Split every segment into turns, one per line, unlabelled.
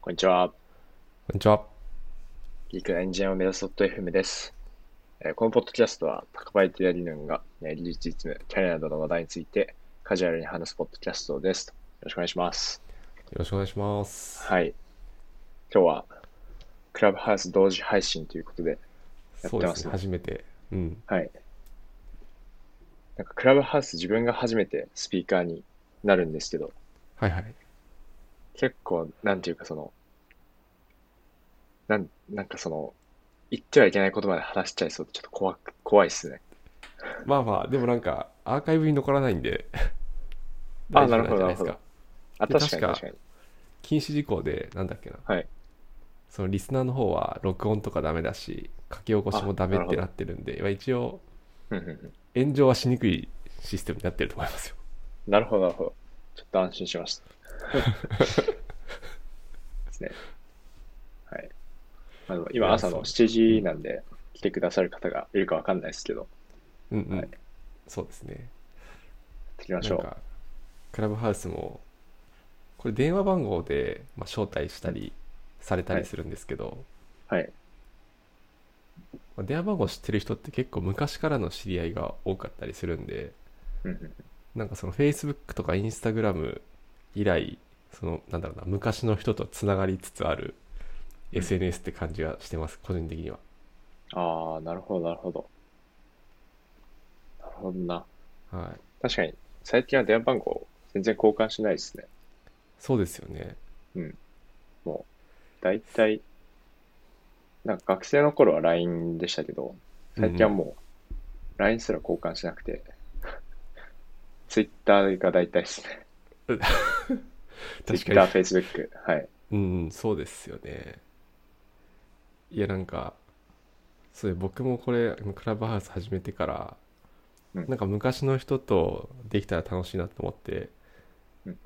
こんにちは。
こんにちは。
ギークなエンジニアを目指す .fm です。えーこのポッドキャストは、高林ティアリヌンが、ね、技術実務、キャリアなどの話題についてカジュアルに話すポッドキャストです。よろしくお願いします。
よろしくお願いします。
はい。今日は、クラブハウス同時配信ということで、やってますね
そうですね、初めて。うん。
はい。なんか、クラブハウス自分が初めてスピーカーになるんですけど、
はいはい。
結構、なんていうかその、なん、なんかその、言ってはいけないことまで話しちゃいそうで、ちょっと怖く、怖いっすね。、
まあまあ、でもなんか、アーカイブに残らないんで
あ
大丈夫んじゃいです
なるほどなる
か。
あ、
で
確かに
確か
確かに。
禁止事項で、なんだっけな。
はい。
そのリスナーの方は、録音とかダメだし、書き起こしもダメってなってるんで、まあ一応、
うんうんうん
炎上はしにくいシステムになってると思いますよ。
なるほど、なるほど。ちょっと安心しました。ですね。はい。あの、今
いや
朝の
そ
7
う
時なんで、来てくださる方がいるかわかんないですけど、
うんうん。
はい
そうですね。
やっていきまし
な
ょ
ん
う。
か、クラブハウスも、これ電話番号で、まあ、招待したり、された
はい
りするんですけど、
はい。
まあ電話番号知ってる人って結構昔からの知り合いが多かったりするんで
うんうん
なんかその Facebook とか Instagram 以来そのなんだろうな昔の人とつながりつつある
うん
SNS って感じがしてます、個人的には
ああ、なるほど、なるほど。なるほどな。
はい
確かに、最近は電話番号全然交換しないですね。
そうですよね
だいたい、なんか学生の頃は LINE でしたけど、最近はもう LINE すら交換しなくて、Twitter が大体です ね。
確
Twitter、
か
Facebook。はい。
にうんそうですよねいやなんかそれ僕もこれあのクラブハウス始めてから、
うん
なんか昔の人とできたら楽しいなと思って
うん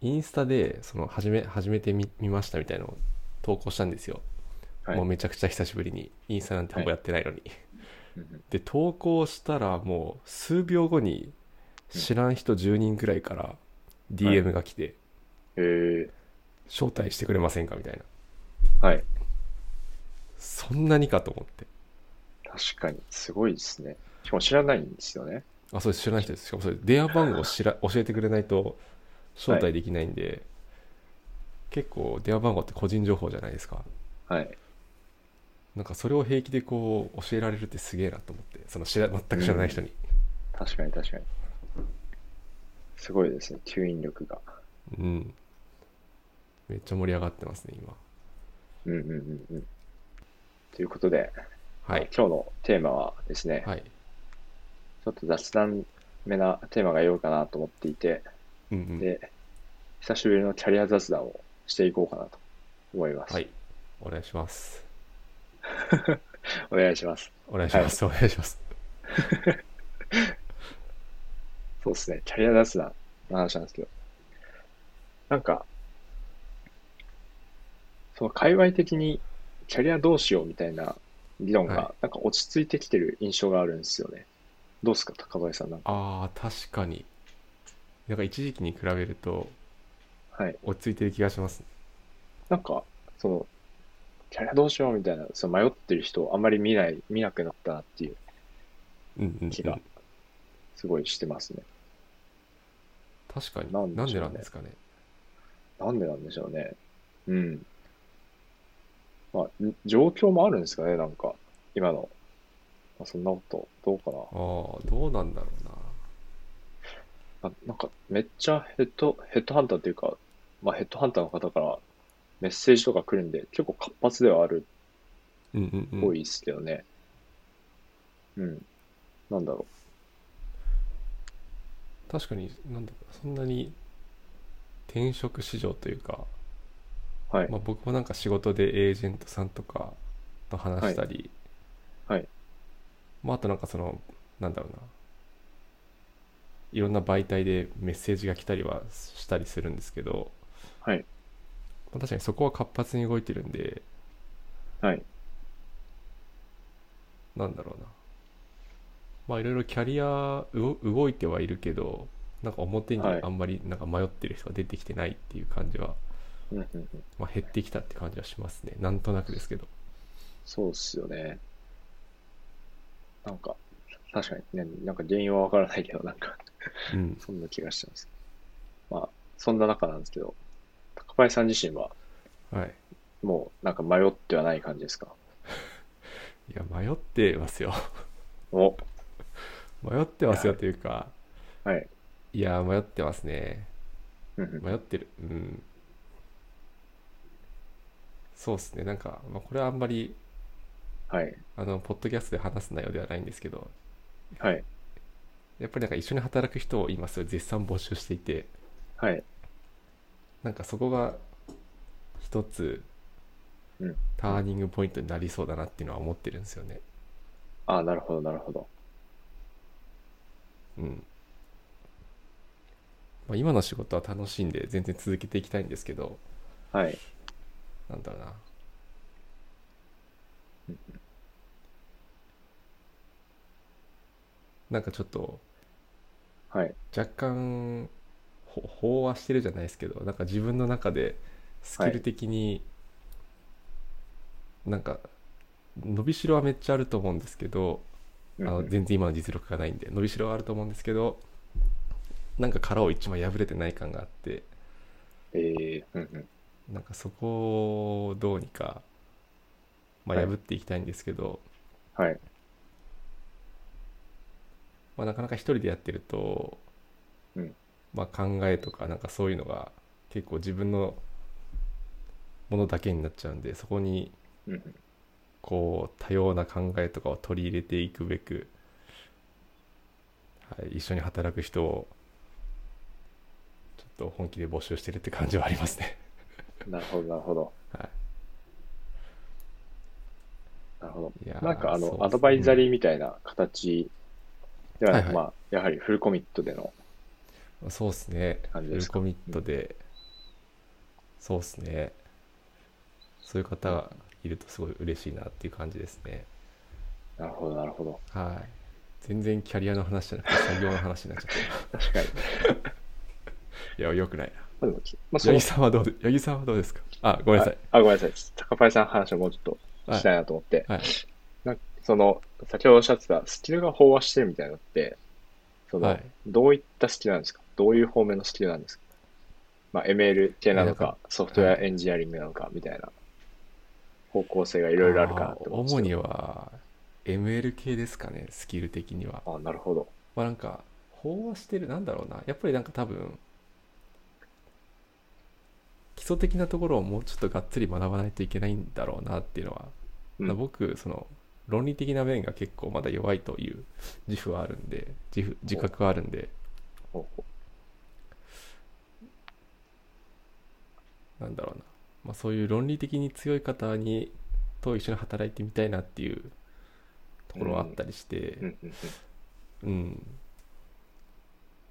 インスタでその始め始めてみ見ましたみたいなのを投稿したんですよ、
はい
もうめちゃくちゃ久しぶりにインスタなんてほぼやってないのに、
うんうん
で投稿したらもう数秒後に知らん人10人くらいから
はい
DM が来て、
えー、
招待してくれませんかみたいな
はい。
そんなにかと思って
確かに、すごいですね。しかも知らないんですよね。
あそうです知らない人ですしかもそれ電話番号を知 ら教えてくれないと招待できないんで、結構電話番号って個人情報じゃないですか
はい。
なんかそれを平気でこう教えられるってすげえなと思ってその知ら全く知らない人に、
確かに、確かに。すごいですね、吸引力が。
うん。めっちゃ盛り上がってますね、今。
うんうんうんうん。ということで、
はい。
今日のテーマはですね、
はい。
ちょっと雑談めなテーマがようかなと思っていて、
うんうん。
で、久しぶりのキャリア雑談をしていこうかなと思います。
はい。お願いします。
お願いします。
お願いします。お願いします。
そうですね、キャリア雑談の話なんですけど、なんか、その界隈的にキャリアどうしようみたいな議論
は
がなんか落ち着いてきてる印象があるんですよね。どうですか、高林さんなんか。
ああ、確かに。なんか一時期に比べると
はい。
落ち着いてる気がします。
なんか、その、キャリアどうしようみたいな、その迷ってる人をあんまり見ない、見なくなったなっていう
うんうん、うん。
気が
確
すごいしてますね。
かに。
な
なん
でしょうね
んでなんですかね。
なんでなんでしょうね。うん。まあ、ん状況もあるんですかね、なんか、今の。まあ、そんなこと、どうかな。
ああ、どうなんだろうな。
あなんか、めっちゃヘッド、ヘッドハンターというか、まあ、ヘッドハンターの方からメッセージとか来るんで、結構活発ではある
うんうんう
っ
ん。
ぽいですけどね。うん。なんだろ
確かに、なんだろう。そんなに転職市場というか、
う。はい。
まあ、僕もなんか仕事でエージェントさんとかと話したり、
はいはい
まあ、あとなんかそのなんだろうないろんな媒体でメッセージが来たりはしたりするんですけど、
はい
まあ、確かにそこは活発に動いてるんで
はい。
なんだろうなまあいろいろキャリアうご動いてはいるけどなんか表に
はい
あんまりなんか迷ってる人が出てきてないっていう感じは
うんうんうん
まあ、減ってきたって感じはしますねなんとなくですけど
そうっすよね。なんか、確かにね、なんか原因はわからないけど、なんか、
うん
そんな気がしてます。まあ、そんな中なんですけど、高林さん自身は、
はい
もう、なんか迷ってはない感じですか
いや迷ってますよ
お、
迷ってますよというか
はい。
いや迷ってますね
うんうん
迷ってるうんそうですねなんか、まあ、これはあんまり
はい。
あのポッドキャストで話す内容ではないんですけど
はい。
やっぱりなんか一緒に働く人を今それ絶賛募集していて
はい。
なんかそこが一つ
うん
ターニングポイントになりそうだなっていうのは思ってるんですよね
ああ、なるほど、なるほど。
うん、まあ、今の仕事は楽しんで全然続けていきたいんですけど
はい。
なんだろうななんかちょっと
はい。
若干ほ飽和してるじゃないですけどなんか自分の中でスキル的に、なんか伸びしろはめっちゃあると思うんですけど、
うん
あ
う
の
ん
全然今の実力がないんで伸びしろはあると思うんですけどなんか殻を一枚破れてない感があって
えー、うんうん。
なんかそこをどうにか、まあ、
はい
破っていきたいんですけど、
はい。
まあ、なかなか一人でやってると、
うん
まあ、考えとかなんかそういうのが結構自分のものだけになっちゃうんでそこに
うんうん。
こう多様な考えとかを取り入れていくべく、はい、一緒に働く人をちょっと本気で募集してるって感じはありますね。
なるほど、なるほど。
は
なるほど。
い、いやー
なんかあ
そうっ
の、
す
アドバイザリーみたいな形ではなく、
はいはい
まあ、やはりフルコミットでの、
そうですね。フ
感じで
ル
すか
コミットで、そうですね。そういう方がいるとすごい嬉しいなっていう感じですね。
なるほど、なるほど。
はい。全然キャリアの話じゃなくて、作業の話になっちゃっ
確 かに。
た。いや、よくないな。
まあ、でもまあ、そ
八
う
木さんはどうで、八木さんはどうですかあ、ごめんなさい。
あ、ごめんなさい。高林さんの話をもうちょっと
は
した
い。
いなと思って、
はい。
なんかその、先ほどおっしゃってた、スキルが飽和してるみたいなのって、その、
はい
どういったスキルなんですかどういう方面のスキルなんですかまあ、ML 系なの
いやなん
か、ソフトウェアエンジニアリングなのか、みたいな方向性がいろいろあるかなって思うんです
主
けど。
には、ML 系ですかね、スキル的には。
あ、なるほど。
まあなんか、飽和してる、なんだろうな。やっぱりなんか多分、基礎的なところをもうちょっとがっつり学ばないといけないんだろうなっていうのは、
うん
僕、その、論理的な面が結構まだ弱いという自負はあるんで、自負、自覚はあるんで、
ほうほう
なんだろうな。まあそういう論理的に強い方に、と一緒に働いてみたいなっていうところはあったりして、
うんうん
うん。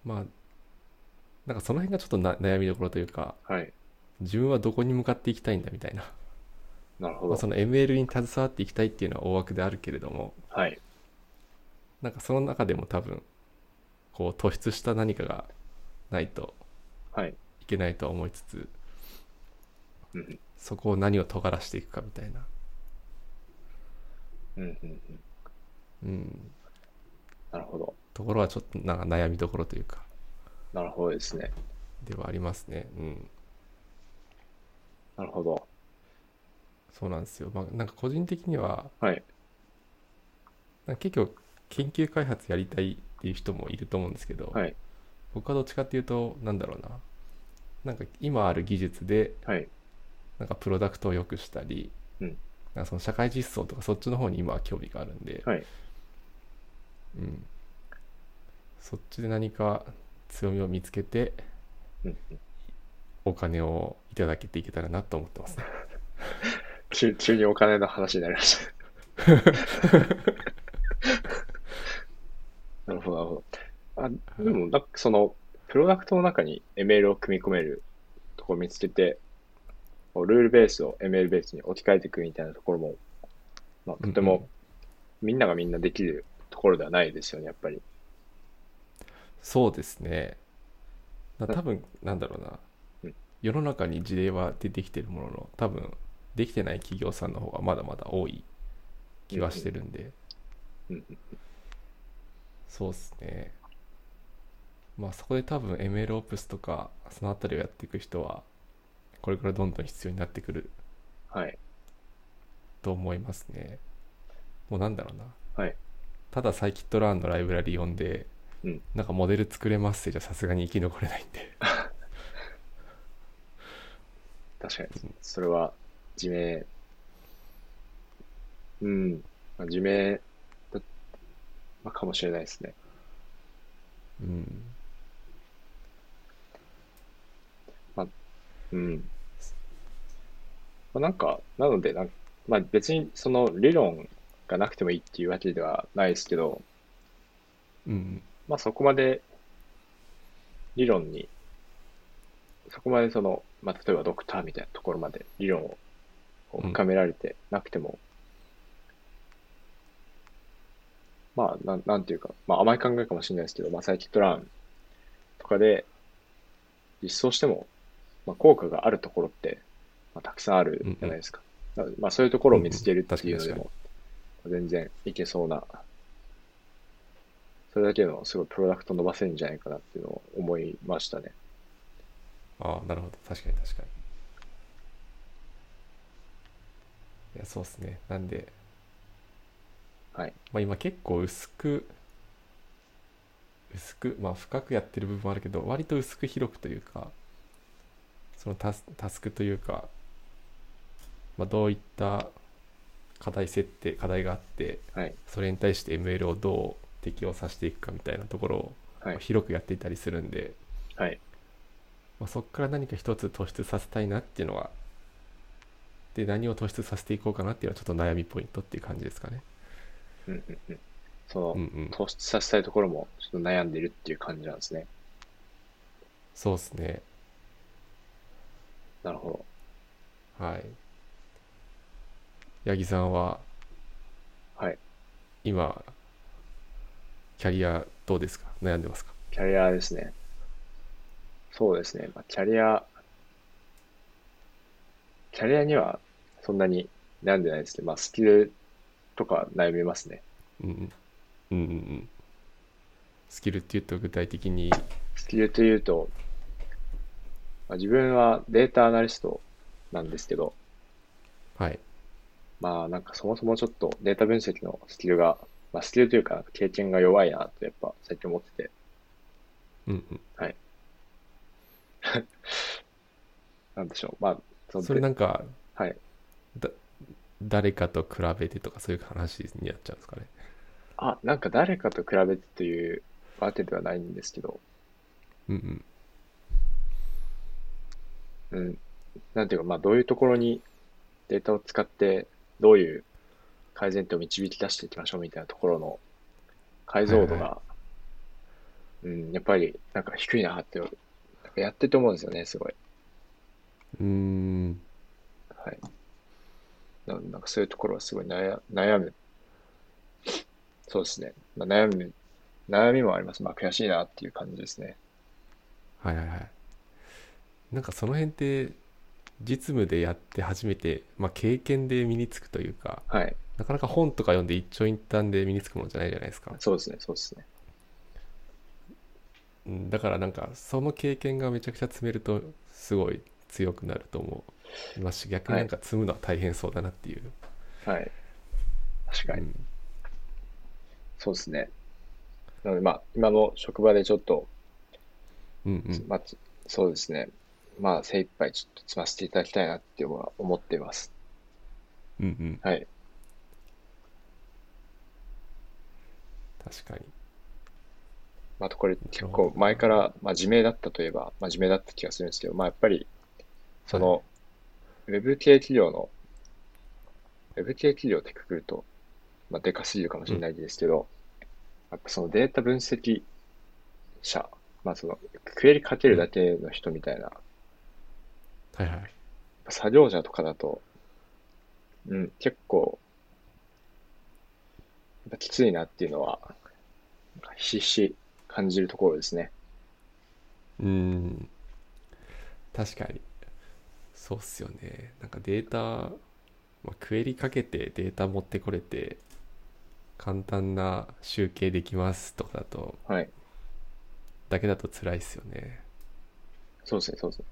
まあ、なんかその辺がちょっとな悩みどころというか、
うん。はい。
自分はどこに向かっていきたいんだみたいな、
なるほ
まあ、
ど
そ。の ML に携わっていきたいっていうのは大枠であるけれども、
はい。
なんかその中でも多分、こう突出した何かがないと
はい。
いけないとは思いつつ、
うん
そこを何を尖らしていくかみたいな、
うんうんうん。
うん、
なるほど。
ところはちょっとなんか悩みどころというか、
なるほどですね。
ではありますね。うん。
なるほど。
そうなんですよ。まあ、なんか個人的には、
はい。
なんか結構研究開発やりたいっていう人もいると思うんですけど、
はい。
僕はどっちかっていうとなんだろうななんか今ある技術で
はい。
なんかプロダクトを良くしたり、
うん
なんかその社会実装とかそっちの方に今は興味があるんで、
はい。
うん、そっちで何か強みを見つけて
うん
お金をいただけていけたらなと思ってますね。
急急にお金の話になりました。 なるほど、なるほど。あでも、なんかその、プロダクトの中に ML を組み込めるところを見つけて、こうルールベースを ML ベースに置き換えていくみたいなところも、まあ、とて
うんう
も、みんながみんなできるところではないですよね、やっぱり。
そうですね。な多分なんだろうな、
うん
世の中に事例は出てきてるものの多分できてない企業さんの方がまだまだ多い気がしてるんで、
うんうん
そうですねまあそこで多分 ML オプスとかそのあたりをやっていく人はこれからどんどん必要になってくる
はい。
と思いますねもうなんだろうな
はい。
ただサイキットラーンのライブラリ読んで、
うん
なんかモデル作れますってじゃさすがに生き残れないんで
確かに。それは、自明。うん。まあ、自明だ、まあ、かもしれないですね。
うん
うん。まあ、なんか、なのでなん、まあ別にその理論がなくてもいいっていうわけではないですけど、
うん
まあそこまで理論に、そこまでその、まあ例えばドクターみたいなところまで理論をこう
うん
深められてなくても、まあなん、なんていうか、まあ甘い考えかもしれないですけど、まあサイキットランとかで実装しても、まあ効果があるところって、まあたくさんあるじゃないですか。なのでまあそういうところを見つけるっていうので
うん
も、全然いけそうなそれだけのすごいプロダクト伸ばせるんじゃないかなっていうのを思いましたね。
ああなるほど確かに確かにいやそうですねなんで、
はい
まあ、今結構薄く薄くまあ深くやってる部分もあるけど割と薄く広くというかそのタスタスクというか、まあ、どういった課題設定課題があって
はい。
それに対して ML をどう適用させていくかみたいなところを
はい。
広くやっていたりするんで、
はい。
まあ、そこから何か一つ突出させたいなっていうのはで何を突出させていこうかなっていうのはちょっと悩みポイントっていう感じですかね
うんうんうん。その、
うんうん
突出させたいところもちょっと悩んでるっていう感じなんですね。
そうですね
なるほど。
はい八木さんは
はい。
今キャリアどうですか悩んでますか
キャリアですね。そうですね。まあ、キャリア、キャリアにはそんなに悩んでないですけど、まあ、スキルとか悩みますね。
うんうんうんうんうんスキルっていうと具体的に
スキルというと、まあ、自分はデータアナリストなんですけど、
はい
まあなんかそもそもちょっとデータ分析のスキルが、まあ、スキルというか経験が弱いなってやっぱ最近思ってて、
うんうん
なんでしょう。まあ、その
それなんか
はい。
だ誰かと比べてとかそういう話になっちゃうんですかね
あ、なんか誰かと比べてというわけではないんですけど、
うんうん
うん。なんていうか、まあどういうところにデータを使ってどういう改善点を導き出していきましょうみたいなところの解像度
はい
が、うん、やっぱりなんか低いなって、なんかやってて思うんですよね、すごい。
うーん
はい。ななんかそういうところはすごい悩悩む。そうですね。まあ、悩む、悩みもあります。まあ悔しいなっていう感じですね。
はいはいはいなんかその辺って実務でやって初めて、まあ、経験で身につくというか
はい。
なかなか本とか読んで一長一短で身につくものじゃないじゃないですか、
そうですね。そうですね。
うん、だからなんかその経験がめちゃくちゃ積めるとすごい強くなると思いますし逆になんか積むのは大変そうだなっていう、
はい。確か
う
に。
ん
そうですね。なのでまあ、今の職場でちょっと、
うんうん
まあ、つそうですね。まあ、精一杯ちょっと積ませていただきたいなっていうのは思っています。
うんうん
はい。
確かに
まあ、あとこれ結構前から、まあ、自明だったといえば、まあ、自明だった気がするんですけど、まあ、やっぱり、その、ウェブ系企業の、ウェブ系企業ってくくると、まあ、でかすぎるかもしれないですけど、やっぱそのデータ分析者、まあ、その、クエリかけるだけの人みたいな、
はいはい
作業者とかだと、うん、結構、やっぱきついなっていうのは、なんかひしひし感じるところですね。
うん確かにそうっすよね。なんかデータ、まあ、クエリかけてデータ持ってこれて、簡単な集計できますとかだと、
はい。
だけだと辛いっすよね。
そうですね、そうですね。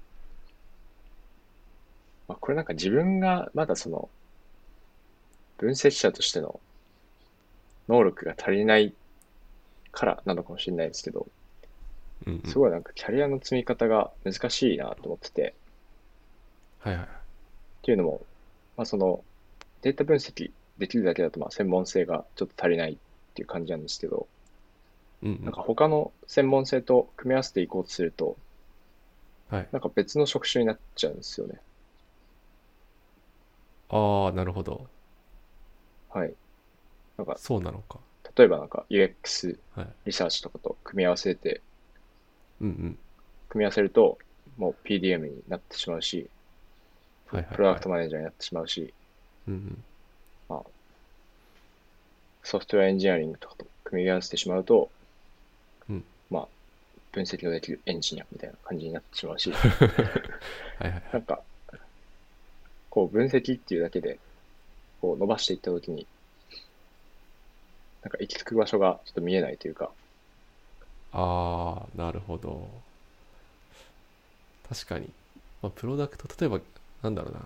まあ、これなんか自分がまだその、分析者としての能力が足りないからなのかもしれないですけど、
うん、うん。
すごいなんかキャリアの積み方が難しいなと思ってて、
はいはい。
っていうのも、まあ、そのデータ分析できるだけだとまあ専門性がちょっと足りないっていう感じなんですけど、
うん、う
なん
ん
か。他の専門性と組み合わせていこうとすると、
はい。
なんか別の職種になっちゃうんですよね。
ああ、なるほど。
はい。なんか
そうなのか。
例えばなんか UX
はい。
リサーチとかと組み合わせて、
うんうん。
組み合わせるともう PDM になってしまうし、
はいはい、はい。
プロダクトマネージャーになってしまうし、
うんうん。
ソフトウェアエンジニアリングとかと組み合わせてしまうと、
うん
まあ、分析のできるエンジニアみたいな感じになってしまうし、
はいはい
なんか、こう分析っていうだけで、こう伸ばしていったときに、なんか行き着く場所がちょっと見えないというか、
ああ、なるほど。確かに。まあ、プロダクト、例えば、なんだろうな。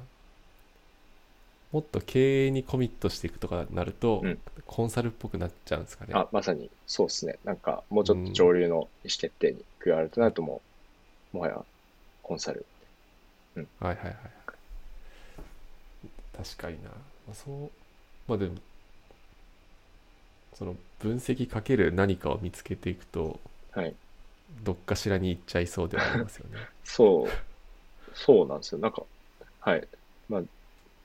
もっと経営にコミットしていくとかなると
うん、
コンサルっぽくなっちゃうんですかね。
あ、まさにそうですね。なんかもうちょっと上流の意思決定に加わるとなるともう、もはやコンサル。
はいはいはい。確かにな。まあ、そう、まあでも、その分析かける何かを見つけていくと、
はい。
どっかしらに行っちゃいそうではありますよ ね。
そう、そうなんですよ。なんか、はい。まあ、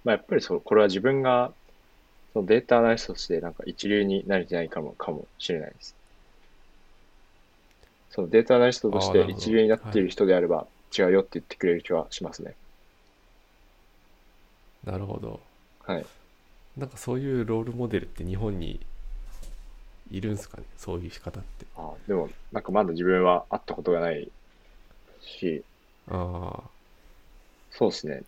まあ、やっぱりそう、これは自分がそのデータアナリストとしてなんか一流になれてないかも、かもしれないです。そのデータアナリストとし
あー
て
なるほど
一流になっている人であれば、違うよって言ってくれる気はしますね。
なるほど。
はい。
なんかそういうロールモデルって日本にいるんすかね、そういう方って。
あーでも、なんかまだ自分は会ったことがないし、
あ
そうですね。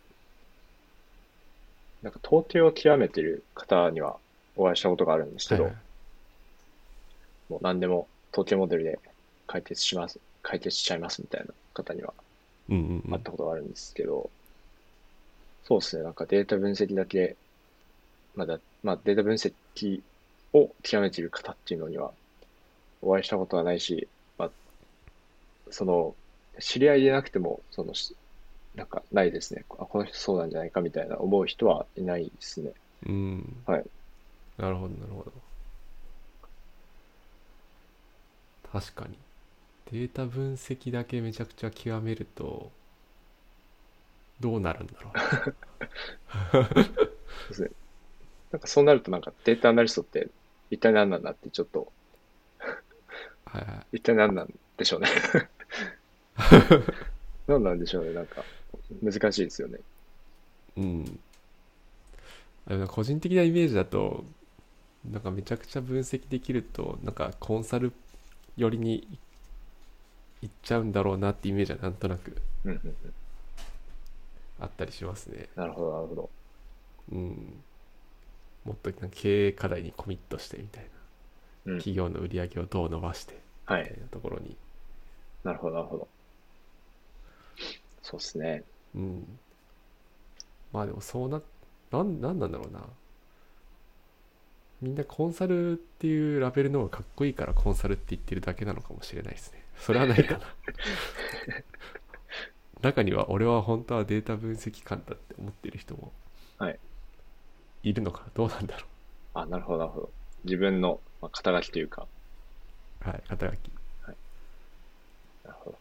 なんか到底を極めてる方にはお会いしたことがあるんです
あ、
け
はい
ど、
はい。
もう何でも統計モデルで解決します、解決しちゃいますみたいな方には
うんうんうん。
会ったことがあるんですけど、そうですね、なんかデータ分析だけ、まだ、まあデータ分析を極めている方っていうのにはお会いしたことはないし、まあ、その、知り合いでなくても、その、しなんかないですね。あ、この人そうなんじゃないかみたいな思う人はいないですね。
うん。
はい。
なるほど、なるほど。確かに。データ分析だけめちゃくちゃ極めると、どうなるんだろう。
なんかそうなるとなんかデータアナリストって一体何なんだってちょっと、
はいはい。
一体何なんでしょうね。何なんでしょうね。なんか、難しいですよね。
うん。あでもなんか個人的なイメージだと、なんかめちゃくちゃ分析できると、なんかコンサル寄りに行っちゃうんだろうなってイメージはなんとなく
うんうんうん。
あったりしますね。
なるほど、なるほど。
うん。もっとなんか経営課題にコミットしてみたいな。
うん。
企業の売り上げをどう伸ばして
は
み
い。
たいなところに。
なるほど、なるほど。そうですね。
うん。まあでもそうな、なん、なんなんだろうな。みんなコンサルっていうラベルの方がかっこいいからコンサルって言ってるだけなのかもしれないですね。それはな いかな。中には俺は本当はデータ分析官だって思ってる人も
はい
いるのかどうなんだろ
あ、なるほど、なるほど。自分の、まあ、肩書きというか。
う。はい、肩書き。
なるほど。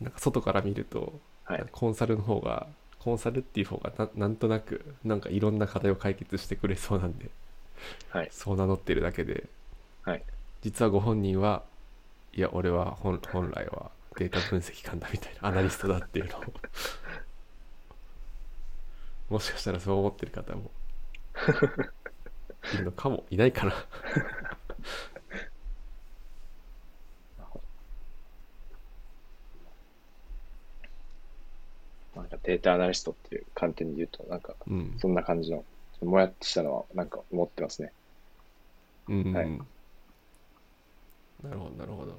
なんか外から見ると、
はい
なんかコンサルの方がコンサルっていう方がななんとなくなんかいろんな課題を解決してくれそうなんで、
はい
そう名乗ってるだけで、
はい
実はご本人はいや俺は本本来はデータ分析官だみたいなアナリストだっていう のをもしかしたらそう思ってる方もいるのかもいないかな
なんかデタアナリストっていう観点で言うと、なんか、
うん。
そんな感じの、もやっとしたのは、なんか思ってますね。
うん。
はい
なるほど、なるほど。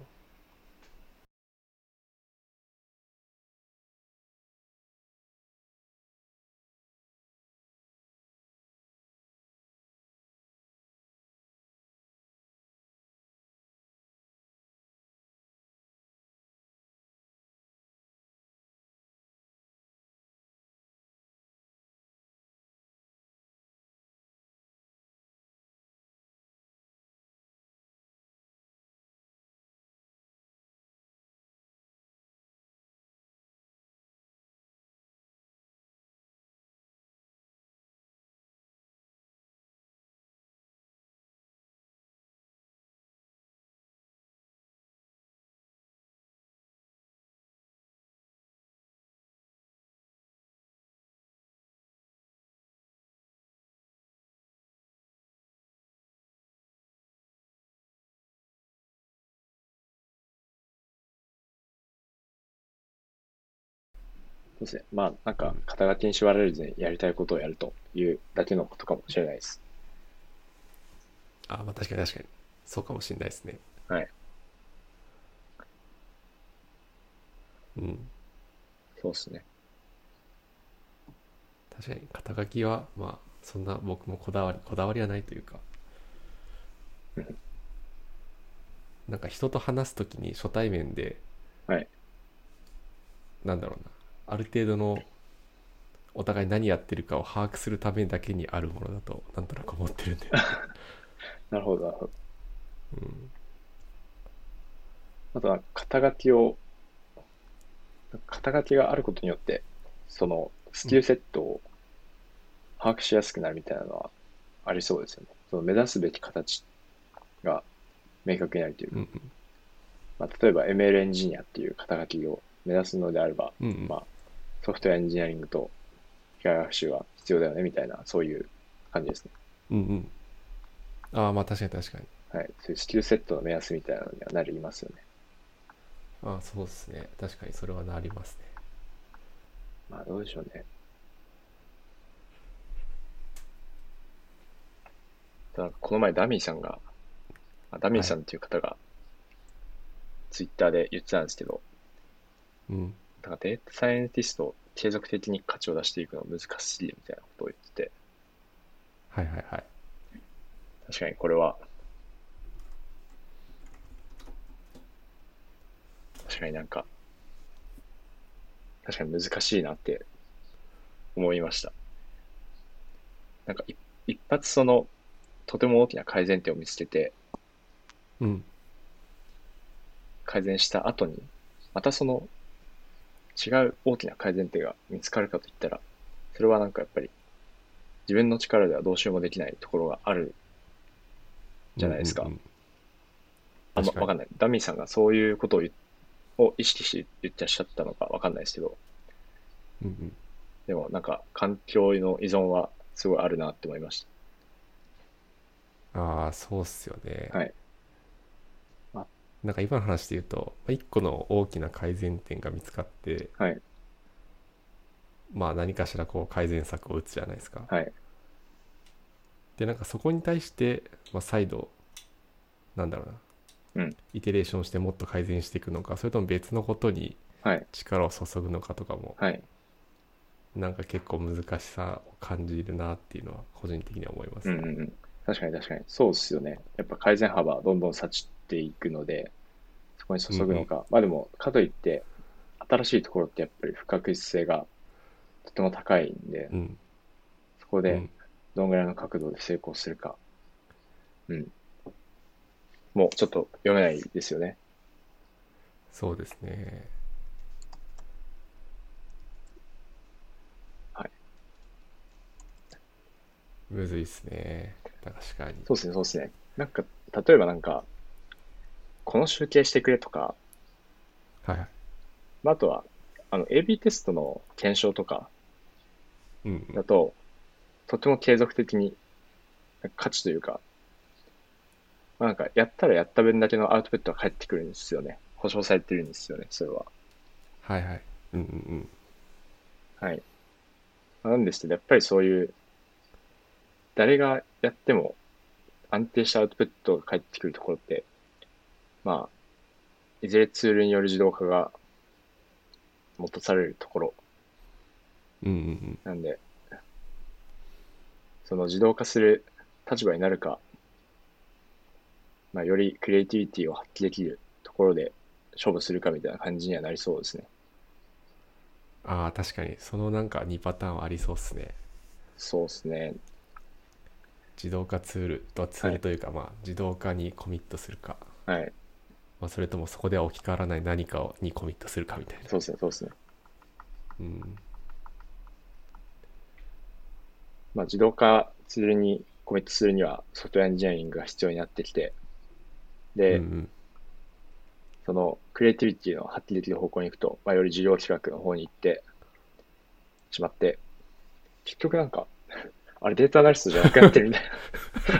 そうですね。まあ、なんか、肩書きに縛られずにやりたいことをやるというだけのことかもしれないです。
あ、まあ確かに確かに。そうかもしれないですね。
はい。
うん。
そうですね。
確かに、肩書きは、まあ、そんな僕もこだわり、こだわりはないというか
うん。
なんか人と話すときに初対面で、
はい。
なんだろうな、ある程度のお互い何やってるかを把握するためだけにあるものだと、なんとなく思ってるんで。
なるほど、なるほど。
うん。
あとは、肩書きを、肩書きがあることによって、その、スキルセットを把握しやすくなるみたいなのはありそうですよね。その目指すべき形が明確になるという
う
か、
ん
まあ、例えば ML エンジニアっていう肩書きを目指すのであれば、
うん。うん
まあソフトウェアエンジニアリングと機械学習は必要だよねみたいな、そういう感じですね。
うんうん。ああ、まあ確かに確かに。
はい。そういうスキルセットの目安みたいなのにはなりますよね。
ああ、そうですね。確かにそれはなりますね。
まあ、どうでしょうね。なんかこの前、ダミーさんが、あダミーさんっていう方が、ツイッターで言ってたんですけど、
うん。
なんかデータサイエンティストを継続的に価値を出していくの難しいみたいなことを言ってて、
はいはいはい。
確かにこれは、確かになんか、確かに難しいなって思いました。なんかい一発その、とても大きな改善点を見つけて、
うん。
改善した後に、またその、違う大きな改善点が見つかるかといったら、それはなんかやっぱり、自分の力ではどうしようもできないところがあるじゃないですか
うんうんうん
あんま
確かに
わかんない。ダミーさんがそういうことを言っを意識して言ってらっしゃったのかわかんないですけど、
うんうん
でもなんか環境の依存はすごいあるなって思いまし
ああ、そうっすよね。
はいあ
なんか今の話で言うと、まあ一個の大きな改善点が見つかって、
た。はい。
まあ何かしらこう改善策を打つじゃないですか。
はい。
で、なんかそこに対して、まあ再度、なんだろうな、
うん
イテレーションしてもっと改善していくのか、それとも別のことに
はい。
力を注ぐのかとかも、
はい。
なんか結構難しさを感じるなっていうのは個人的には思います
う
ね。
んうんうん。確かに確かに。そうっすよね。やっぱ改善幅はどんどんさ散っていくので、そこに注ぐのか。まあでも、かといって、新しいところってやっぱり不確実性がとても高いんで、
うん。
そこ
う
で
ん
どんぐらいの角度で成功するか。うん。もうちょっと読めないですよね。
そうですね。
はい。
むずいっすね。確かに。
そうですね、そうですね。なんか、例えばなんか、この集計してくれとか、
はいはい。
まあ、あとは、あの、AB テストの検証とか
うんう
だ
ん。
と、とても継続的に価値というか、まあ、なんか、やったらやった分だけのアウトプットが返ってくるんですよね。保証されてるんですよね、それは。
はいはい。うんうん
はい。なんですけど、やっぱりそういう、誰がやっても安定したアウトプットが返ってくるところって、まあ、いずれツールによる自動化が戻されるところ
うんうん
なんで、その自動化する立場になるか、まあ、よりクリエイティビティを発揮できるところで勝負するかみたいな感じにはなりそうですね。
ああ確かにそのなんか2パターンはありそうっすね
そうですね。
自動化ツールとツールというか、まあ自動化にコミットするか、
はい。
まあ、それともそこでは置き換わらない何かをにコミットするかみたいな
そうですね、そうですね。
うん
まあ、自動化ツールにコミットするにはソフトウェアエンジニアリングが必要になってきて、で、
うんうん
そのクリエイティビティの発揮できる方向に行くと、まあ、より事業企画の方に行ってしまって、結局なんか、 あれデータアナリストじゃなくなってるみたいな。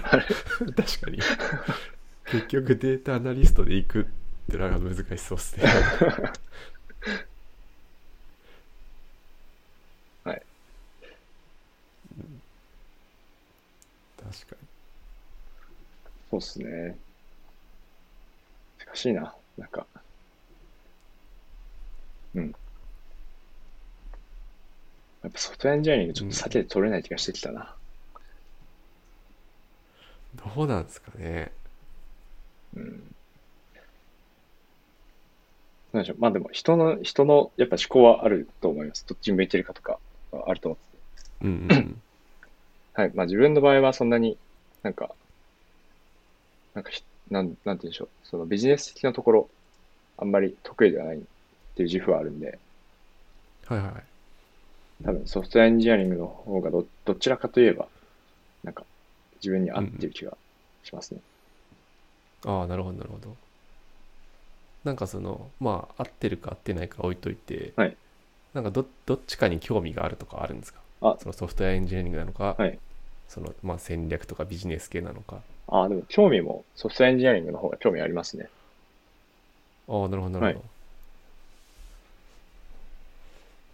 確かに結局データアナリストで行くってのが難しそうっすね
はい
うん確か
そうっすね。難しいな。なんか、うん。やっぱソフトウェアエンジニアリングちょっと避けて取れない気がしてきたな。
にどうなんですかね
うん。なんでしょう。まあでも人の、人のやっぱ思考はあると思います。どっちに向いてるかとかはあると思ってて。
うんうん
はい。まあ自分の場合はそんなになんか、なんかひ、なん、なんて言うんでしょう。そのビジネス的なところ、あんまり得意ではないっていう自負はあるんで、
はいはい
多分ソフトウェアエンジニアリングの方がど、どちらかといえば、なんか自分に合ってる気がしますね。
ああなるほどなるほどなんかそのまあ合ってるか合ってないか置いといて、
はい
なんかどどっちかに興味があるとかあるんですか
あ
そのソフトウェアエンジニアリングなのか、
はい
そのまあ戦略とかビジネス系なのか
ああ、でも興味もソフトウェアエンジニアリングの方が興味ありますね。
ああなるほどなるほど、
は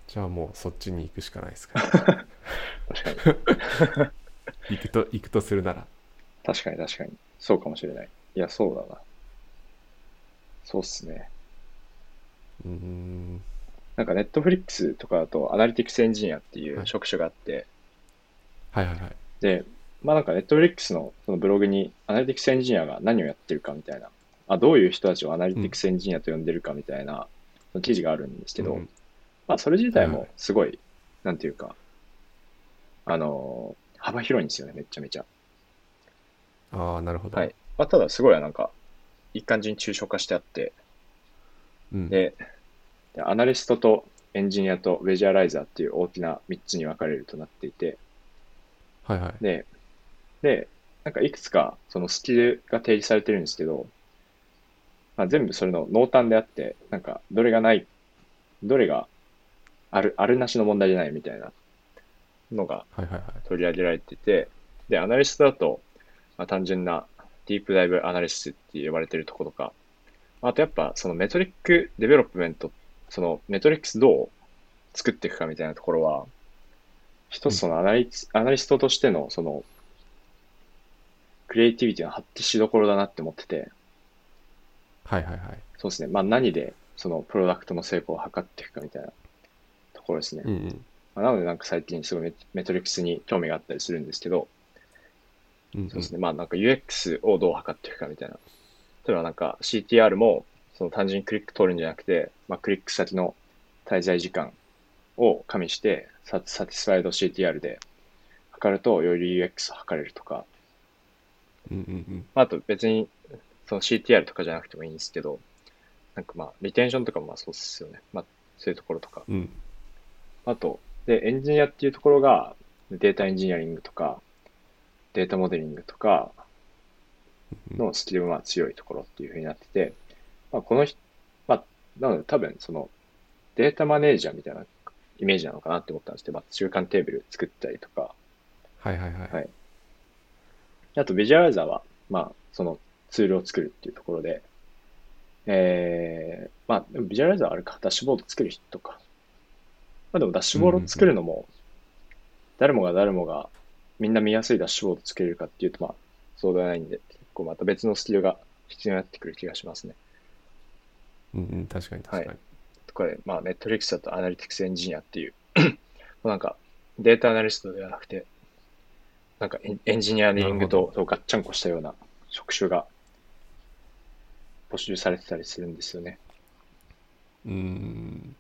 じゃあもうそっちに行くしかないです か、ね、
確かに。
行くと行くとするなら
確かに確かに。そうかもしれない。いや、そうだな。そうっすね。
うーん
なんかネットフリックスとかだとアナリティクスエンジニアってい
は
う
い
職種があって、
はいはいはい
で、まあなんかネットフリックスのそのブログにアナリティクスエンジニアが何をやってるかみたいな、あどういう人たちをアナリティクスエンジニアと呼んでるかみたいな、その記事があるんですけど、
うん
まあ、それ自体
は
も
い
すごい、なんていうか、あのー幅広いんですよね、めちゃめちゃ。
ああなるほど、
はいまあ、ただ、すごいなんか、いい感じに抽象化してあって、
うん、
で、でアナリストとエンジニアとベジュアライザーっていう大きな3つに分かれるとなっていて、
はいはい
で、で、なんかいくつかそのスキルが提示されてるんですけど、まあ、全部それの濃淡であって、なんかどれがない、どれがある、あるなしの問題じゃないみたいなのが
はいはいはい
取り上げられてて、で、アナリストだと、まあ、単純なディープダイブアナリシスって呼ばれてるところとか、あとやっぱそのメトリックデベロップメント、そのメトリックスどう作っていくかみたいなところは、一つそのアナリスアナリストとしてのその、クリエイティビティの発揮しどころだなって思ってて、
はいはいはい
そうですね。まあ何でそのプロダクトの成功を図っていくかみたいなところですね。
うんうん
まあなのでなんか最近すごいメメトリックスに興味があったりするんですけど、
うんうん
そうですね。まあなんか UX をどう測っていくかみたいな。例えばなんか CTR もその単純にクリック取るんじゃなくて、まあクリック先の滞在時間を加味して、ササティスファイド CTR で測るとより UX を測れるとか、
うんうんうん
まああと別にその CTR とかじゃなくてもいいんですけど、なんかまあリテンションとかもまあそうですよね。まあそういうところとか。
うん
あと、で、エンジニアっていうところが、データエンジニアリングとか、データモデリングとかのスキルは強いところっていうふうになってて、まあ、このひ、まあ、なので多分そのデータマネージャーみたいなイメージなのかなって思ったんですけど、まあ、中間テーブル作ったりとか、
はいはいはい
はいあとビジュアライザーは、まあ、そのツールを作るっていうところで、えー、まあ、でもビジュアライザーはあれか、ダッシュボード作る人とか。まあでもダッシュボードを作るのも、誰もが誰もがみんな見やすいダッシュボード作れるかっていうと、まあ、そうではないんで、結構また別のスキルが必要になってくる気がしますね。
うんうん、確かに確かに。
とかで、まあ、ネットフリックスだとアナリティクスエンジニアっていう、 もうなんかデータアナリストではなくて、なんかエンエンジニアリングとそうガッチャンコしたような職種が募集されてたりするんですよね。
うん。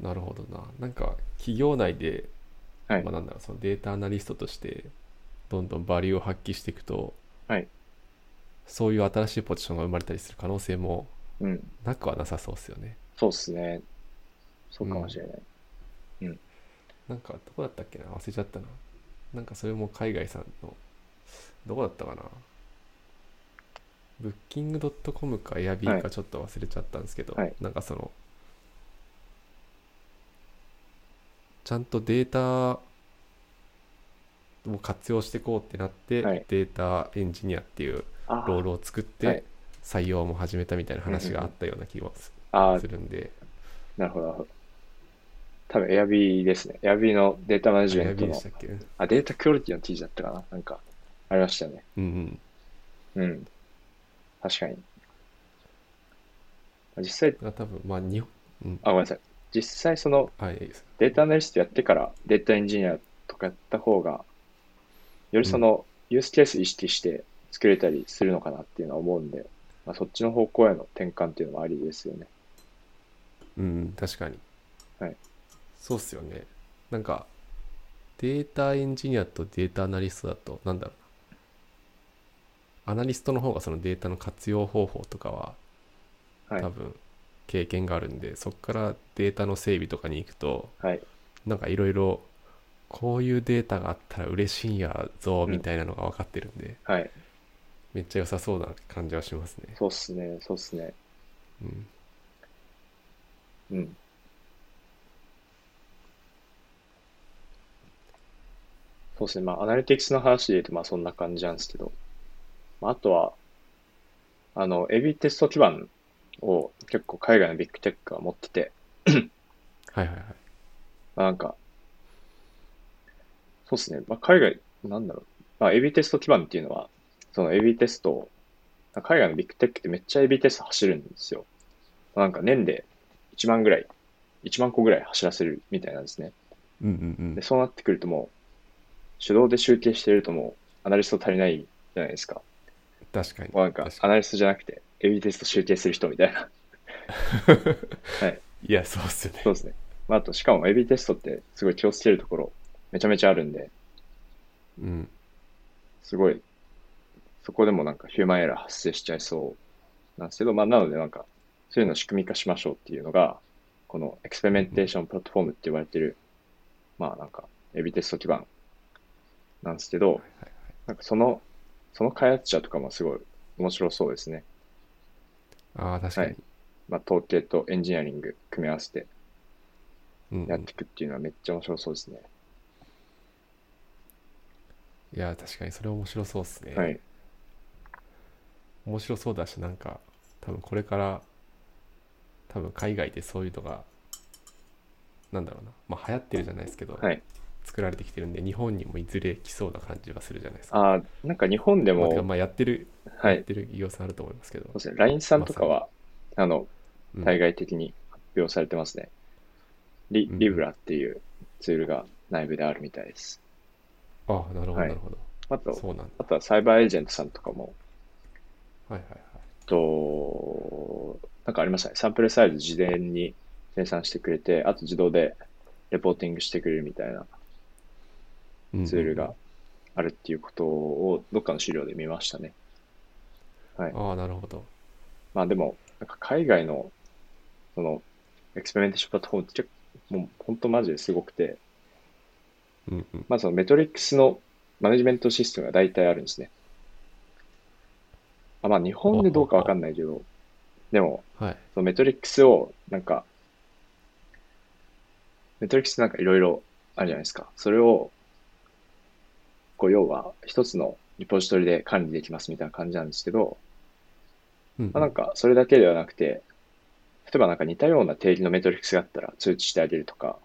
なるほどな。なんか、企業内で、
はい
まあ、なんだろう、そのデータアナリストとして、どんどんバリューを発揮していくと、
はい
そういう新しいポジションが生まれたりする可能性も
うん、
なくはなさそうですよね。
そうっすね。そうかもしれない。
なんか、どこだったっけな忘れちゃったな。なんか、それも海外さんの、どこだったかなブッキングドットコムかエアビ
は
ー
い
かちょっと忘れちゃったんですけど、
はい
なんかその、ちゃんとデータを活用していこうってなって、
はい
データエンジニアっていう
あ
ロールを作っ
はい
て、採用も始めたみたいな話があったような気がす
あー
す、るんで、
なるほど、なるほど。多分 Airb ですね。Airb のデータマネジ
エ
メ
ア
ント
ビーで
の
したっけうん
あ、データクオリティの T 字だったかななんか、ありましたよね。
うん。
うん。確かに。実際、
だから多分、まあ、日本、うん
あ、、ごめんなさい。実際、その
はい、いいです
データアナリストやってからデータエンジニアとかやった方が、よりそのユースケース意識して作れたりするのかなっていうのは思うんで、まあ、そっちの方向への転換っていうのもありですよね。
うん、確かに。
はい。
そうっすよね。なんか、データエンジニアとデータアナリストだと、なんだろうな。アナリストの方がそのデータの活用方法とかは、
はい
多分、経験があるんで、そこからデータの整備とかに行くと、
はい。
なんかいろいろ、こういうデータがあったら嬉しいんやぞ、
うん
みたいなのが分かってるんで、
はい。
めっちゃ良さそうな感じはしますね。
そうっすね。そうっすね。
うん。
うん。そうですね。まあ、アナリティクスの話で言うと、まあ、そんな感じなんですけど。まあ、あとは、あの、AB テスト基盤を結構海外のビッグテックが持ってて、
はいはいはい。
まあ、なんか、そうですね。まあ、海外、なんだろう。まあ、AB テスト基盤っていうのは、その AB テストを、海外のビッグテックってめっちゃ AB テスト走るんですよ。まあなんか年で1万ぐらい、1万個ぐらい走らせるみたいなんですね。
うんうん
で、そうなってくるともう、手動で集計してるともう、アナリスト足りないじゃないですか。
うん。確かに。
もうなんか
確、
アナリストじゃなくて、AB テスト集計する人みたいな。
いや、そうっすよね。
そうですね。まあ、あと、しかも AB テストってすごい気をつけるところ、めちゃめちゃあるんで、
うん。
すごい、そこでもなんかヒューマンエラー発生しちゃいそうなんですけど、まあ、なのでなんか、そういうのを仕組み化しましょうっていうのが、このエクスペリメンテーションプラットフォームって言われてる、まあなんか、エビテスト基盤なんですけど、なんかその、その開発者とかもすごい面白そうですね。
ああ、確かに。
はいまあ、統計とエンジニアリング組み合わせて
うんうん
やっていくっていうのはめっちゃ面白そうですね。
いや、確かにそれ面白そうですね。
はい。
面白そうだし、なんか、多分これから、多分海外でそういうのが、なんだろうな、まあ流行ってるじゃないですけど、
はい。
作られてきてるんで、日本にもいずれ来そうな感じはするじゃないですか。
ああ、なんか日本で
まあ、てか
も、
まあやってる、
は
やっ
い。
てる企業さんあると思いますけど
そう、ですね。LINE さんとかは、あの、
うん
対外的に発表されてますね。リ
うん
リブラっていうツールが内部であるみたいです。
ああ、なるほど、
はい
なるほど。
あと、
そうなんだ。
あとはサイバーエージェントさんとかも、
はいはいはい。
と、なんかありましたね。サンプルサイズ事前に生産してくれて、あと自動でレポーティングしてくれるみたいな
うんうん
ツールがあるっていうことをどっかの資料で見ましたね。
ああ、なるほど。
まあでも、なんか海外の、その、エクスペリメンテーションプラットフォームって結構、もう本当マジですごくて、
うんうん。
まあそのメトリックスのマネジメントシステムが大体あるんですね。あまあ日本でどうかわかんないけど、でも
はい。
そのメトリックスをなんか、メトリックスってなんかいろいろあるじゃないですか。それを、こう要は一つのリポジトリで管理できますみたいな感じなんですけど、
うんうん
まあ、なんかそれだけではなくて、例えばなんか似たような定義のメトリックスがあったら通知してあげるとか、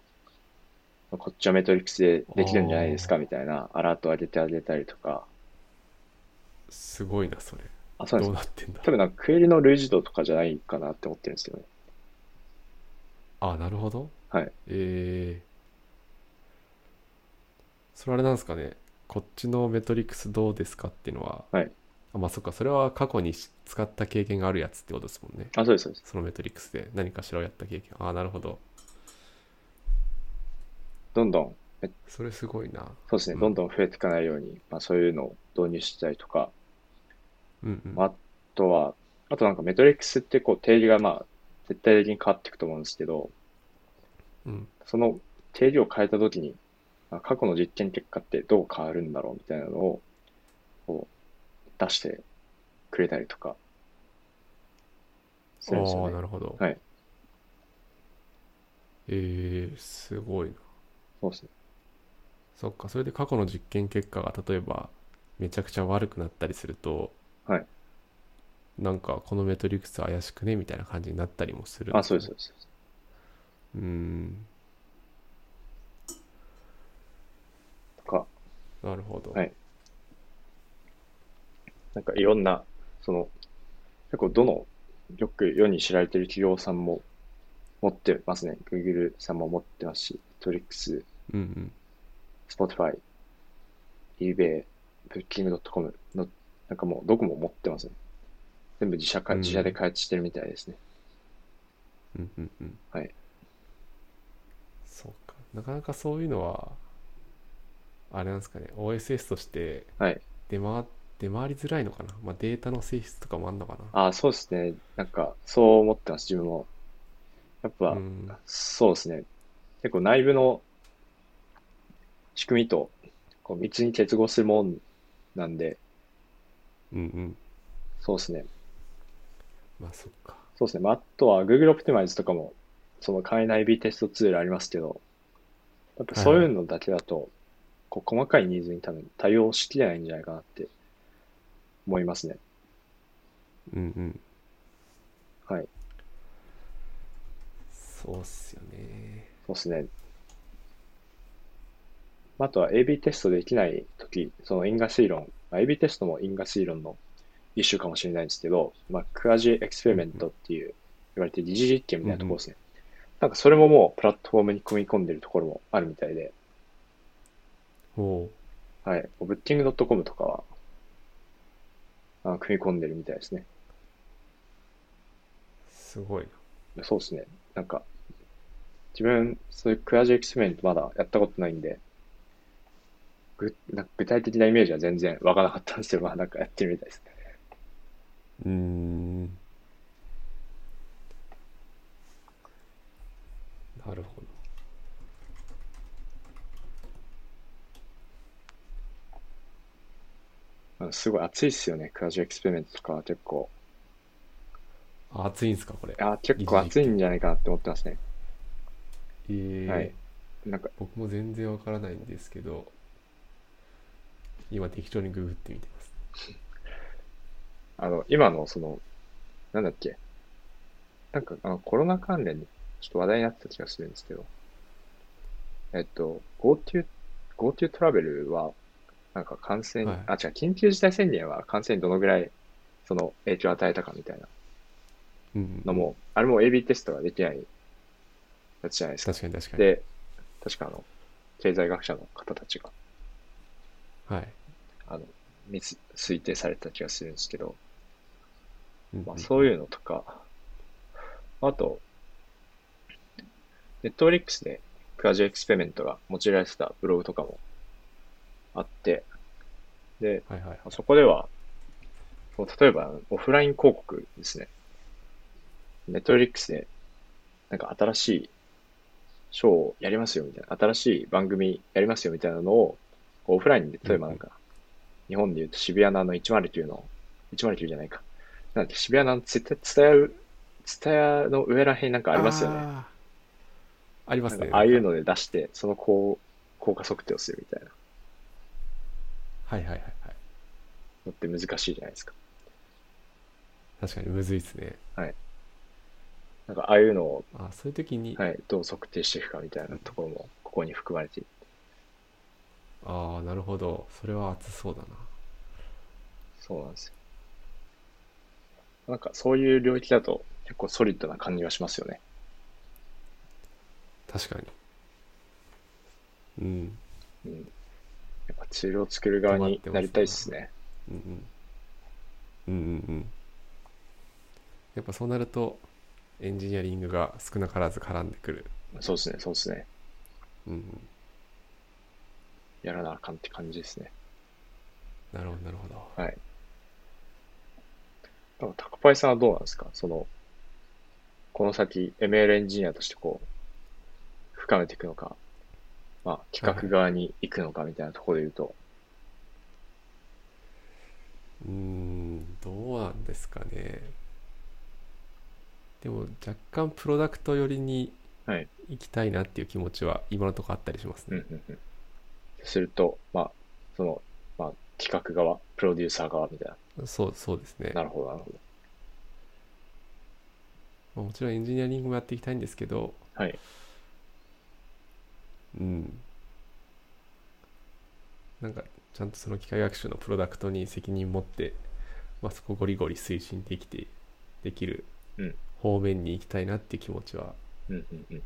こっちはメトリックスでできるんじゃないですかみたいなアラートを上げてあげたりとか、
すごいなそれ
あ、そうなんで
どう
す
なってんだ
多分なんかクエリの類似度とかじゃないかなって思ってるんですけどね。
あなるほど
はい
えー、それあれなんですかねこっちのメトリックスどうですかっていうのは、
はい
あまあそっかそれは過去にし使った経験があるやつってことですもんね
あ、そうです、そうです。
そのメトリックスで何かしらをやった経験ああなるほど
どんどん、
それすごいな
そうです
う
ね、
ん
どんどん増えていかないように、まあそういうのを導入したりとか、
うんうん、
まあ、あとは、あとなんかメトリックスってこう定義がまあ絶対的に変わっていくと思うんですけど、
うん
その定義を変えたときに、まあ過去の実験結果ってどう変わるんだろうみたいなのをこう出してくれたりとかするんです
あ
よ
あ
ね
な。るほど
はい
えー、すごいな
そうですね。
そっかそれで過去の実験結果が例えばめちゃくちゃ悪くなったりすると
はい
なんかこのメトリックス怪しくねみたいな感じになったりもするん
あ、そうです、そうです。
うん
とか、
なるほど、
はいなんかいろんな、その、結構どの、よく世に知られてる企業さんも持ってますね。Google さんも持ってますし、トリックス、
うんうん、
Spotify、eBay、Booking.com の、なんかもうどこも持ってますね。全部自社か、
うん
自社で開発してるみたいですね。
うんうんうん
はい
そうかなかなかそういうのはあれなんですかね OSS として
はい
出回出回りづらいのかな、まあ、データの性質とかもあんのかな
あ、そうですね。なんか、そう思ってます、自分も。やっぱ、
うん
そうですね。結構内部の仕組みとこう密に結合するもんなんで、
うんうん
そうですね。
まあそっか
そうですね。まあ、あとは Google Optimize とかも、その簡易な AB テストツールありますけど、やっぱそういうのだけだと、こう細かいニーズに多分対応しきれないんじゃないかなって思いますね。
うんうん
はい。
そうっすよね
そうですね。まああとは AB テストできないとき、その因果推論、まあ AB テストも因果推論の一種かもしれないんですけど、まあ、クアジエクスペリメントっていう、言われて二次実験みたいなところですね。なんかそれももうプラットフォームに組み込んでるところもあるみたいで、
おう
はい。ブッキング .com とかは、あ組み込んでるみたいですね。
すごいな
そうですね。なんか、自分、そういうクアジエクスペリメントまだやったことないんで、ぐなんか具体的なイメージは全然わからなかったんですけど、まあなんかやってるみたいです。
うーんなるほど
うんすごい熱いっすよね、クアジエクスペリメントとかは結構。
あ熱いんすかこれ
あー結構熱いんじゃないかなって思ってますね。
えー
はいなんか、
僕も全然わからないんですけど今適当にググってみてます
あの、今のその、なんだっけ。なんか、あの、コロナ関連でちょっと話題になってた気がするんですけど、えっと、GoTo、GoTo トラベルは、なんか感染、
はい
あ、違う、緊急事態宣言は感染にどのぐらい、その影響を与えたかみたいな
うん
のも、あれも AB テストができないやつじゃないですか。
確かに確かに
で、確かあの、経済学者の方たちが、
はい、
あの、みつ推定された気がするんですけど、
うん
ま
う
あ、
ん
そういうのとか、あと、ネットフリックスでクラジオエクスペリメントが用いられてたブログとかもあって、で、
はいはいはい
そこでは、こう例えばオフライン広告ですね。ネットフリックスで、なんか新しいショーをやりますよみたいな、新しい番組やりますよみたいなのを、こうオフラインで、例えばなんか、日本で言うと渋谷のあの109の、109じゃないか。なんだっけ渋谷のツタ、ツタヤ、ツタヤの上らへんなんかありますよね。
あーありま
な
す
んか
ね
ああいうので出して、そのこう効果測定をするみたいな
はいはいはいはい
のって難しいじゃないですか。
確かにむずいですね
なんかああいうのを
あそういう時に、
はい、どう測定していくかみたいなところも、こ項に含まれている。
ああなるほどそれは熱そうだな
そうなんですよ。なんかそういう領域だと結構ソリッドな感じがしますよね。
確かにうん
うん。やっぱ治療を作る側になりたいですね。
うんうんうんうんうんやっぱそうなるとエンジニアリングが少なからず絡んでくる
そうですね、そうですね。
うんうん
やらなあかんって感じですね。
なるほどなるほど
はい。だからタクパイさんはどうなんですかその、この先 ML エンジニアとしてこう、深めていくのか、まあ企画側に行くのかみたいなところで言うと、
うーんどうなんですかねでも若干プロダクト寄りに
はい
行きたいなっていう気持ちは今のところあったりします
うん
ね、
うんうん。すると、まあ、その、まあ、企画側、プロデューサー側みたい
そうそうですね
な。なるほど、なるほど。
まあもちろんエンジニアリングもやっていきたいんですけど
はい
うんなんかちゃんとその機械学習のプロダクトに責任持って、まあ、そこゴリゴリ推進できてできる
うん
方面に行きたいなっていう気持ちは
うんうんうん。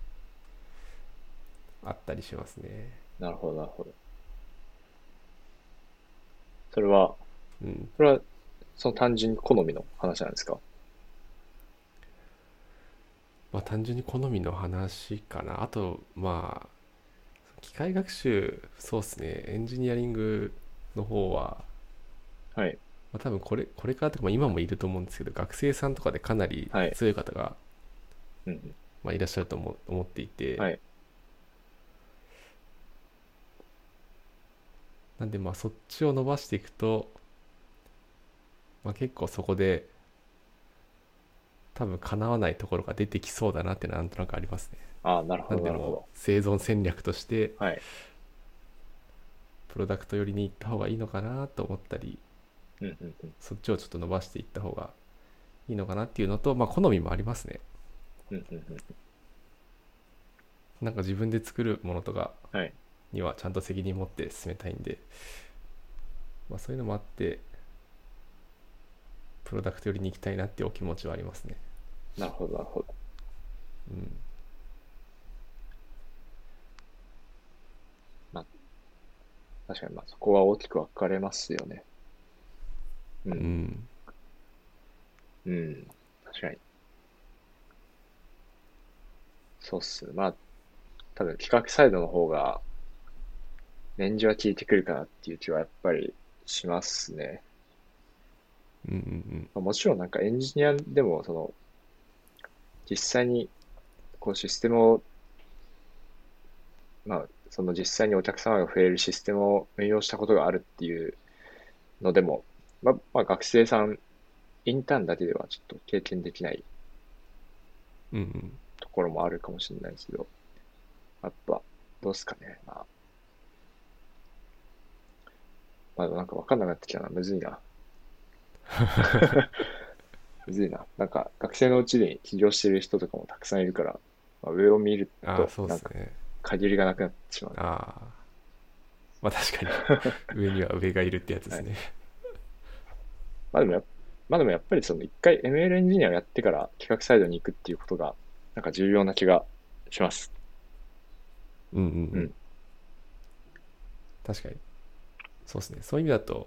あったりしますね
なるほど、なるほど。それは、
うん
それは、その単純に好みの話なんですか
まあ単純に好みの話かな。あと、まあ、機械学習、そうですね。エンジニアリングの方は、
はい。
まあ多分これ、これからとか、まあ今もいると思うんですけど、学生さんとかでかなり
はい
強い方が、
うんうん。
まあ、いらっしゃると思、思っていて、
はい
なんでまあそっちを伸ばしていくと、まあ結構そこで、多分叶わないところが出てきそうだなってなんとなくありますね。
ああ、なるほ
なん
ど、
で
なるほ
もう生存戦略として、
ど。はい。
プロダクト寄りに行った方がいいのかなと思ったり
うんうんうん。
そっちをちょっと伸ばしていった方がいいのかなっていうのとまあ好みもありますね
うんうんうん。
なんか自分で作るものとか
はい
にはちゃんと責任持って進めたいんで、まあ、そういうのもあってプロダクト寄りに行きたいなっていうお気持ちはありますね
なるほど、なるほど。
うん
確かに、まあ、そこは大きく分かれますよね。う。
うんん
うん。確かに。そうっす。まあ、多分企画サイドの方が、年次は効いてくるかなっていう気はやっぱりしますね。
うんうん
まあもちろんなんかエンジニアでもその実際にこうシステムをまあその実際にお客様が増えるシステムを運用したことがあるっていうのでもまあ、まあ、学生さんインターンだけではちょっと経験できない
うんうんうん
ところもあるかもしれないですけどやっぱどうっすかねまあまあなんか分かんなくなってきたなむずい なむずいな。なんか学生のうちに起業してる人とかもたくさんいるから、まあ、上を見る
ああ
と
そう
な
で
ん
す
か
ね
限りがなくなってしまう。
ああまあ確かに上には上がいるってやつですね、
まあでもや、まあでもやっぱりその一回 ML エンジニアをやってから企画サイドに行くっていうことがなんか重要な気がします。
うんうんうん
うん
確かにそうですねそういう意味だと、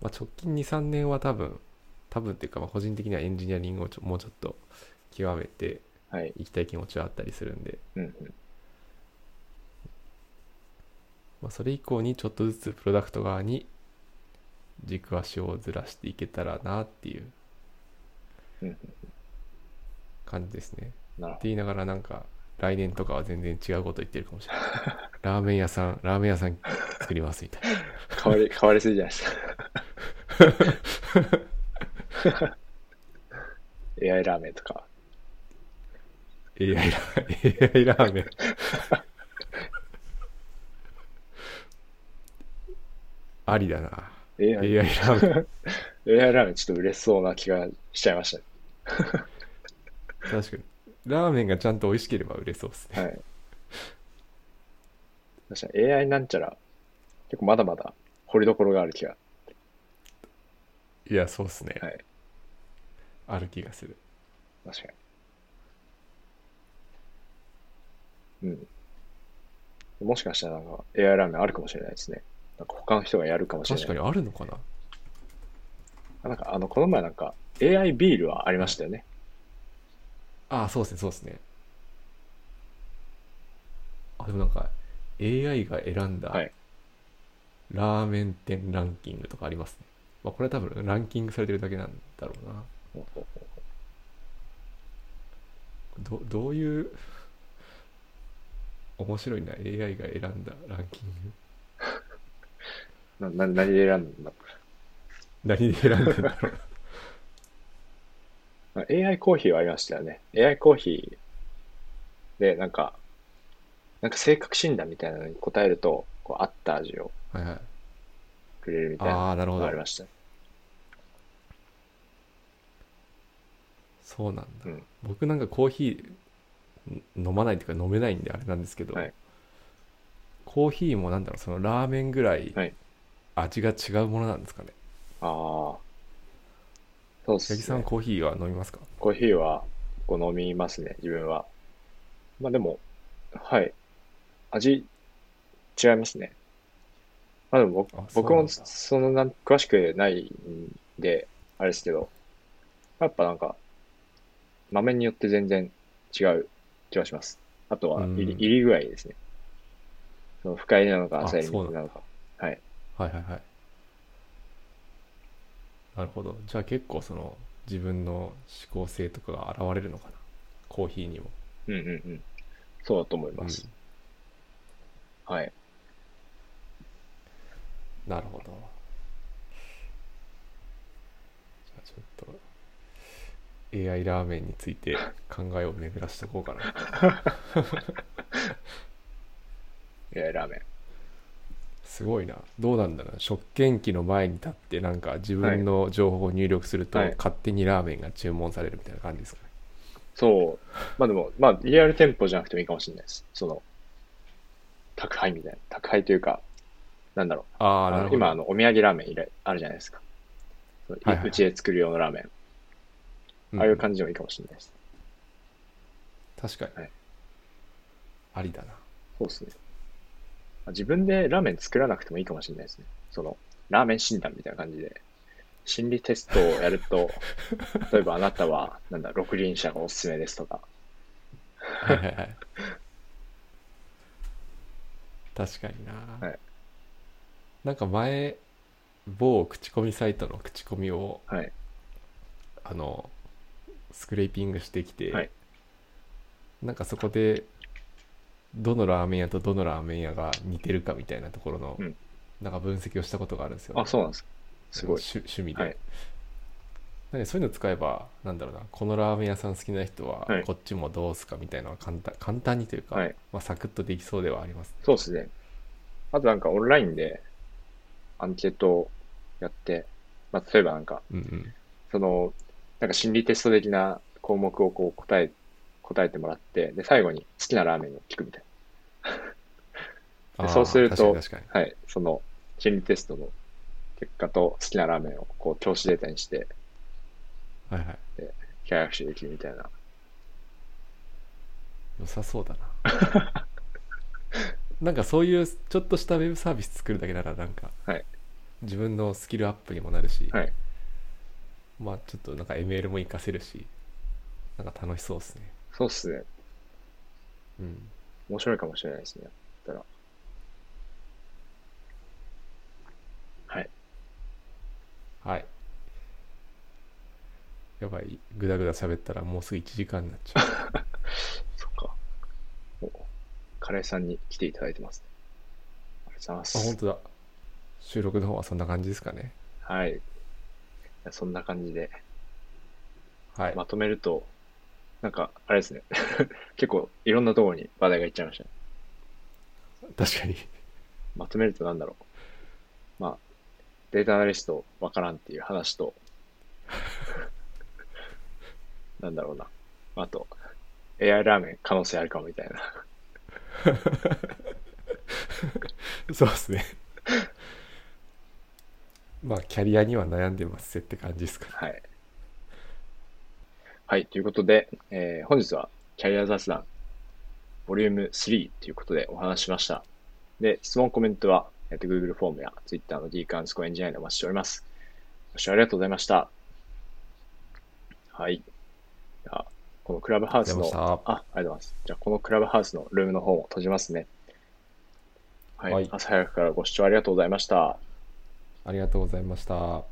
まあ、直近23年は多分多分っていうかまあ個人的にはエンジニアリングをちょもうちょっと極めて
はい。
いきたい気持ちはあったりするんで、
うんうん。
まあ、それ以降にちょっとずつプロダクト側に軸足をずらしていけたらなっていう
うんうん
感じですねって
なるほ
言いながらなんか来年とかは全然違うこと言ってるかもしれないラーメン屋さんラーメン屋さん作りますみたいな
ど。変わ り、変わりすぎじゃないですか。AI ラーメンとか、
AI ラー AI ラーメンありだな AI
AI,
ラーメン
AI ラーメンちょっと売れそうな気がしちゃいましたね
確かにラーメンがちゃんと美味しければ売れそうですね
はい。確かに AI なんちゃら、結構まだまだ掘りどころがある気が。
いや、そうっすね。
はい
ある気がする。
確かに。うん。もしかしたらなんか AI ラーメンあるかもしれないですね。なんか他の人がやるかもしれない。
確かにあるのかな
あなんかあの、この前なんか AI ビールはありましたよね。
ああ、そうですね、そうですね。あ、でもなんか、AI が選んだ
はい
ラーメン店ランキングとかありますね。まあ、これは多分ランキングされてるだけなんだろうな。ど、どういう面白いな、AI が選んだランキング。
なな何で選んだの
何で選んでんだろ う。
あ AI コーヒーはありましたよね。AI コーヒーで、なんか、なんか性格診断みたいなのに答えると、こう、合った味を
はいはい。
くれるみたいな
ああ、なるほ
の
ど
があり。ましたね。
そうなんだ、
うん
僕なんかコーヒーん飲まないっていうか飲めないんであれなんですけど、
はい
コーヒーもなんだろうそのラーメンぐらい
はい
味が違うものなんですかね
ああ。そうです
八木さん
ね。
コーヒーは飲みますか
コーヒーはこう飲みますね、自分は。まあでも、はい。味、違いますね。まあでも僕、
あ
僕もそのなん詳しくないんで、あれですけど、やっぱなんか、豆によって全然違う気がします。あとは
うん
入り、入り具合ですね。その深入りなのか
あ
浅入
そうな
り
ん
なのか。はい。
はいはいはいなるほどじゃあ結構その自分の思考性とかが現れるのかなコーヒーにも、
うんうんうん。そうだと思い
うん
ます。はい。
なるほど。じゃあちょっと AI ラーメンについて考えを巡らしておこうかな。
えーラーメン。
すごいな。どうなんだろう。食券機の前に立ってなんか自分の情報を入力すると
はい
勝手にラーメンが注文されるみたいな感じですかね。
そう。まあでも、まあ、リアル店舗じゃなくてもいいかもしれないです。その、宅配みたいな。宅配というか、なんだろう。
ああ、な
あ
る
の
ほど。
今、あの、お土産ラーメンいらあるじゃないですか。その
はいはいう
ちで作る用のラーメン。
うん
ああいう感じでもいいかもしれないです。
確かに、
はい
ありだな。
そうですね。まあ自分でラーメン作らなくてもいいかもしれないですね。その、ラーメン診断みたいな感じで。心理テストをやる と、例えばあなたは、なんだ、六輪車がおすすめですとか。
はいはいはい。確かにな。
はい
なんか前、某口コミサイトの口コミを、
はい
あの、スクレーピングしてきて、
はい
なんかそこで、どのラーメン屋とどのラーメン屋が似てるかみたいなところの、
うん
なんか分析をしたことがあるんですよ、
あ、そうなんですか。すごい。
趣趣味で、
はい
なんでそういうの使えばなんだろうなこのラーメン屋さん好きな人は
はい
こっちもどうすかみたいなのは簡単簡単にというか、
はい
まあ、サクッとできそうではあります
そうですね。あとなんかオンラインでアンケートをやって、まあ、例えばなんか、
うんうん
その、なんか心理テスト的な項目をこう答え、答えてもらって、で、最後に好きなラーメンを聞くみたい
あー
そうすると
確かに確かに
な。はい。その心理テストの結果と好きなラーメンをこう調子データにして、
はいはい
機械学習できるみたいな。
良さそうだな なんかそういうちょっとしたウェブサービス作るだけならなんか、
はい
自分のスキルアップにもなるし、
はい
まあちょっとなんか ML も活かせるしなんか楽しそうですね
そうですね。
うん
面白いかもしれないですね。だから。はい。
はい。やばい、ぐだぐだ喋ったらもうすぐ1時間になっちゃ う。
そっか。おカレーさんに来ていただいてますね。ありがとうござい
あ、
ま
本
す。
当だ。収録の方はそんな感じですかね。
はい。いやそんな感じで、
はい。
まとめると、なんか、あれですね。 結構、いろんなところに話題がいっちゃいましたね。
確かに。
まとめるとなんだろう。まあ、データアナリストわからんっていう話と、なんだろうな。あと、AI ラーメン可能性あるかもみたいな。
そうですね。まあ、キャリアには悩んでますって感じですかね。
はい。はい、ということで、えー本日はキャリア雑談、ボリューム3ということでお話ししました。で、質問、コメントは、えっと Google フォームや Twitter の d カンスコエンジニアでお待ちしております。ご視聴ありがとうございました。はい。じゃあこのクラブハウスの
ありがとうございました
あ、ありがとうございます。じゃあ、このクラブハウスのルームの方も閉じますね。はい。
はい
朝早くからご視聴ありがとうございました。
ありがとうございました。